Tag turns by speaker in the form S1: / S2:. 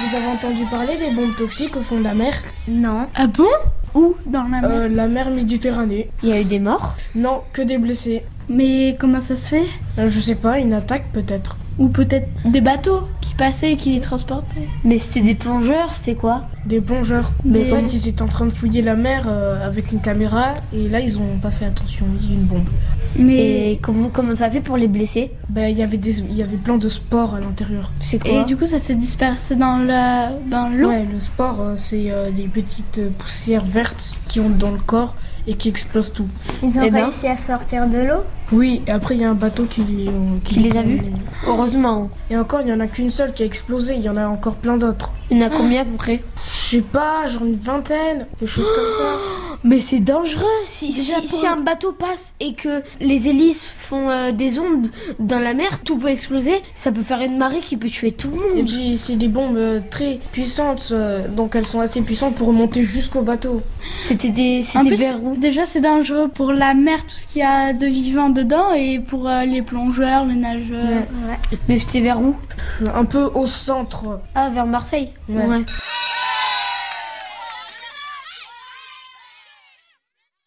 S1: Vous avez entendu parler des bombes toxiques au fond de la mer
S2: Non.
S3: Ah bon Où dans la
S2: Ah
S3: mer
S1: Euh, La mer Méditerranée.
S2: Il y a eu des morts
S1: Non, que des blessés.
S3: Mais comment ça se fait
S1: Euh, je sais pas, une attaque peut-être.
S3: Ou peut-être des bateaux qui passaient et qui les transportaient.
S2: Mais c'était des plongeurs, c'était quoi
S1: Des plongeurs.
S3: Mais-
S1: En fait, ils étaient en train de fouiller la mer euh, avec une caméra et là, ils ont pas fait attention. Il y a eu une bombe.
S3: Mais
S2: Et comment, comment ça fait pour les blesser
S1: Bah, il y avait des, il y avait plein de sports à l'intérieur.
S2: C'est
S3: et
S2: quoi
S3: du coup ça s'est dispersé dans la dans l'eau.
S1: Ouais, le sport, euh, c'est euh, des petites euh, poussières vertes qui ont dans le corps et qui explosent tout.
S4: Ils ont
S2: Eh ben.
S4: réussi à sortir de l'eau
S1: Oui, et après, il y a un bateau qui, les- euh,
S2: Qui les a vus Heureusement.
S1: Et encore, il y en a qu'une seule qui a explosé. Il y en a encore plein d'autres.
S2: Il y en a combien à peu près
S1: Je sais pas, genre une vingtaine, quelque chose comme ça.
S2: Mais c'est dangereux Ah, si,
S3: Déjà
S2: si-
S3: pour
S2: si
S3: un-
S2: un bateau passe et que les hélices font euh, des ondes dans la mer, tout peut exploser, ça peut faire une marée qui peut tuer tout le
S1: Et
S2: monde.
S1: puis, c'est des bombes euh, très puissantes, euh, donc elles sont assez puissantes pour remonter jusqu'au bateau.
S2: C'était des
S3: En
S2: c'était
S3: plus,
S2: vers
S3: déjà c'est dangereux pour la mer, tout ce qu'il y a de vivant dedans et pour euh, les plongeurs, les
S2: euh,
S3: nageurs.
S4: Ouais.
S2: mais c'était vers où
S1: Un peu au centre.
S2: Ah vers Marseille.
S1: Ouais.
S2: ouais.